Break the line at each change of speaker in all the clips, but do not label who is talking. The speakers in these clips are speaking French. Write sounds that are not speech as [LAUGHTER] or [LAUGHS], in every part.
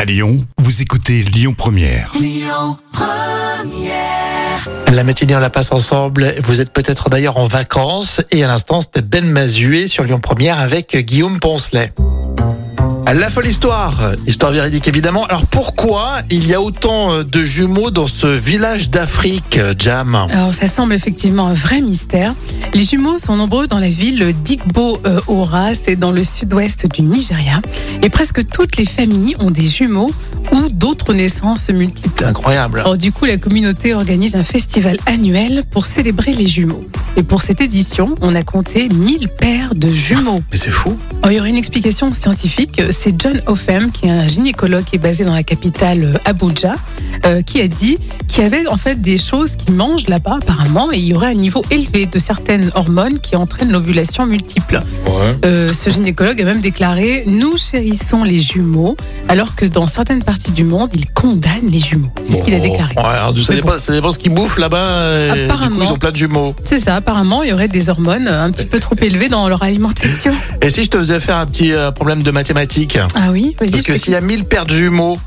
À Lyon, vous écoutez Lyon Première.
La matinée, on la passe ensemble. Vous êtes peut-être d'ailleurs en vacances. Et à l'instant, c'était Ben Mazué sur Lyon Première avec Guillaume Poncelet. La folle histoire, histoire véridique évidemment. Alors pourquoi il y a autant euh, de jumeaux dans ce village d'Afrique, euh, Jam
Alors, ça semble effectivement un vrai mystère. Les jumeaux sont nombreux dans la ville d'Igbo euh, Ora, c'est dans le sud-ouest du Nigeria. Et presque toutes les familles ont des jumeaux ou d'autres naissances multiples.
Incroyable.
Alors, du coup, la communauté organise un festival annuel pour célébrer les jumeaux. Et pour cette édition, on a compté 1000 paires de jumeaux.
Mais c'est fou.
Alors, Oh, il y aurait une explication scientifique. C'est John Opham, qui est un gynécologue qui est basé dans la capitale euh, Abuja, euh, qui a dit qu'il y avait en fait des choses qui mangent là-bas apparemment et il y aurait un niveau élevé de certaines hormones qui entraînent l'ovulation multiple.
Ouais.
Euh, ce gynécologue a même déclaré Nous chérissons les jumeaux, alors que dans certaines parties du monde, ils condamnent les jumeaux. C'est ce qu'il a déclaré.
Ouais, alors, ça,
Mais
dépend, ça dépend ce qu'ils bouffent là-bas. et Du coup,
Apparemment.
ils ont plein de jumeaux.
C'est ça, apparemment, il y aurait des hormones euh, un petit peu trop élevées dans
[LAUGHS]
leur alimentation.
Et si je te faisais faire un petit euh, problème de mathématiques
Ah oui, vas-y.
Parce
je
que
t'écoute.
s'il y a 1000 paires de jumeaux,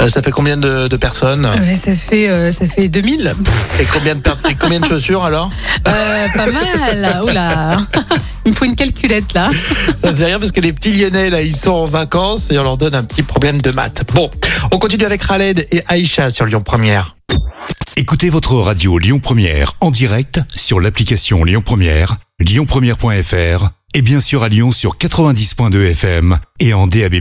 euh, ça fait combien de, de personnes
Ouais, ça fait euh, ça fait 2000.
Et combien de, paires- et combien de chaussures alors
Euh, pas mal. Oula. [LAUGHS] Il me faut une calculette là.
Ça me fait rien parce que les petits Lyonnais, là, ils sont en vacances et on leur donne un petit problème de maths. Bon, on continue avec Khaled et Aïcha sur Lyon Première.
Écoutez votre radio Lyon Première en direct sur l'application Lyon Première, lyonpremière.fr et bien sûr à Lyon sur 90.2 FM et en DAB+.